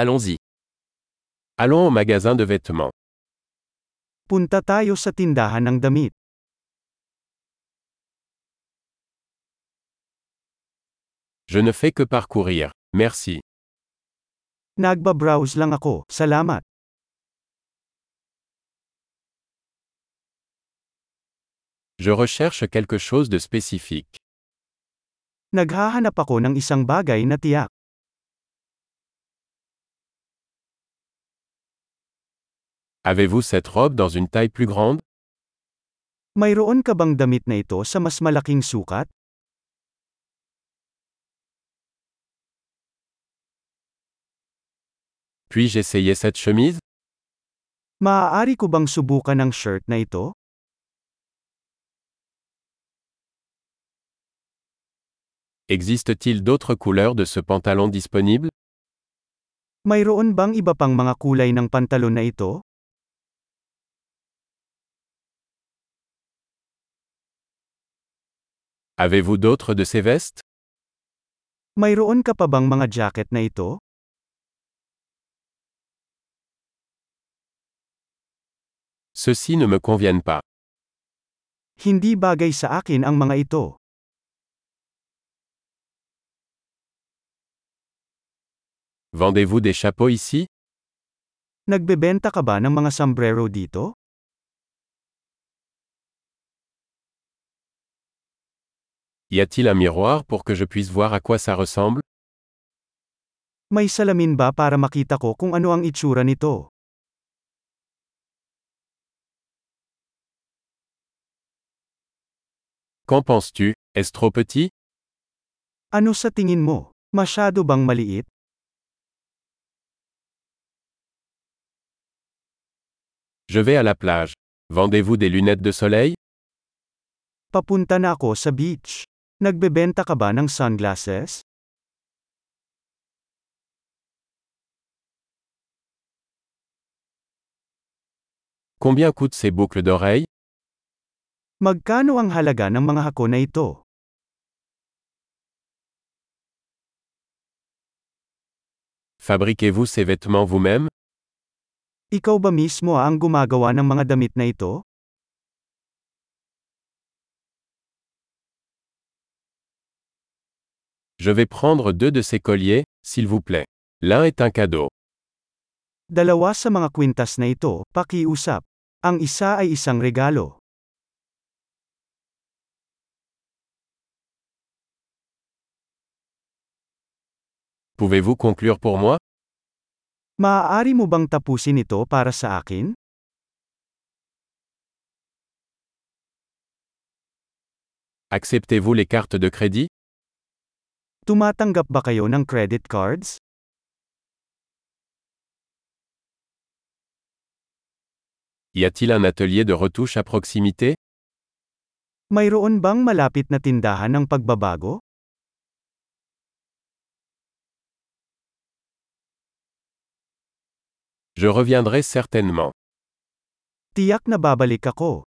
Allons-y. Allons au magasin de vêtements. Punta tayo sa tindahan ng damit. Je ne fais que parcourir. Merci. Nagbabrowse lang ako, salamat. Je recherche quelque chose de spécifique. Naghahanap ako ng isang bagay na tiyak. Avez-vous cette robe dans une taille plus grande Mayroon ka bang damit na ito sa mas malaking sukat? Puis-je essayer cette chemise Maaari ko bang subukan ang shirt na ito? Existe-t-il d'autres couleurs de ce pantalon disponible Mayroon bang iba pang mga kulay ng pantalon na ito? Avez-vous d'autres de ces vestes Mayroon ka pa bang mga jacket na ito? Ceux-ci ne me conviennent pas. Hindi bagay sa akin ang mga ito. Vendez-vous des chapeaux ici Nagbebenta ka ba ng mga sombrero dito? Y a-t-il un miroir pour que je puisse voir à quoi ça ressemble May salamin ba para makita ko kung ano ang itsura nito? Qu'en penses-tu Est-ce trop petit Ano sa tingin mo? Masyado bang maliit? Je vais à la plage. Vendez-vous des lunettes de soleil Papunta na ako sa beach. Nagbebenta ka ba ng sunglasses? Combien coûtent ces boucles d'oreilles Magkano ang halaga ng mga hako na ito? Fabriquez-vous ces vêtements vous-même Ikaw ba mismo ang gumagawa ng mga damit na ito? Je vais prendre deux de ces colliers, s'il vous plaît. L'un est un cadeau. Dalawa sa mga kwintas na ito, pakiusap. Ang isa ay isang regalo. Pouvez-vous conclure pour moi Maaari mo bang tapusin ito para sa akin? Acceptez-vous les cartes de crédit Tumatanggap ba kayo ng credit cards? Y a-t-il un atelier de retouche à proximité Mayroon bang malapit na tindahan ng pagbabago? Je reviendrai certainement. Tiyak na babalik ako.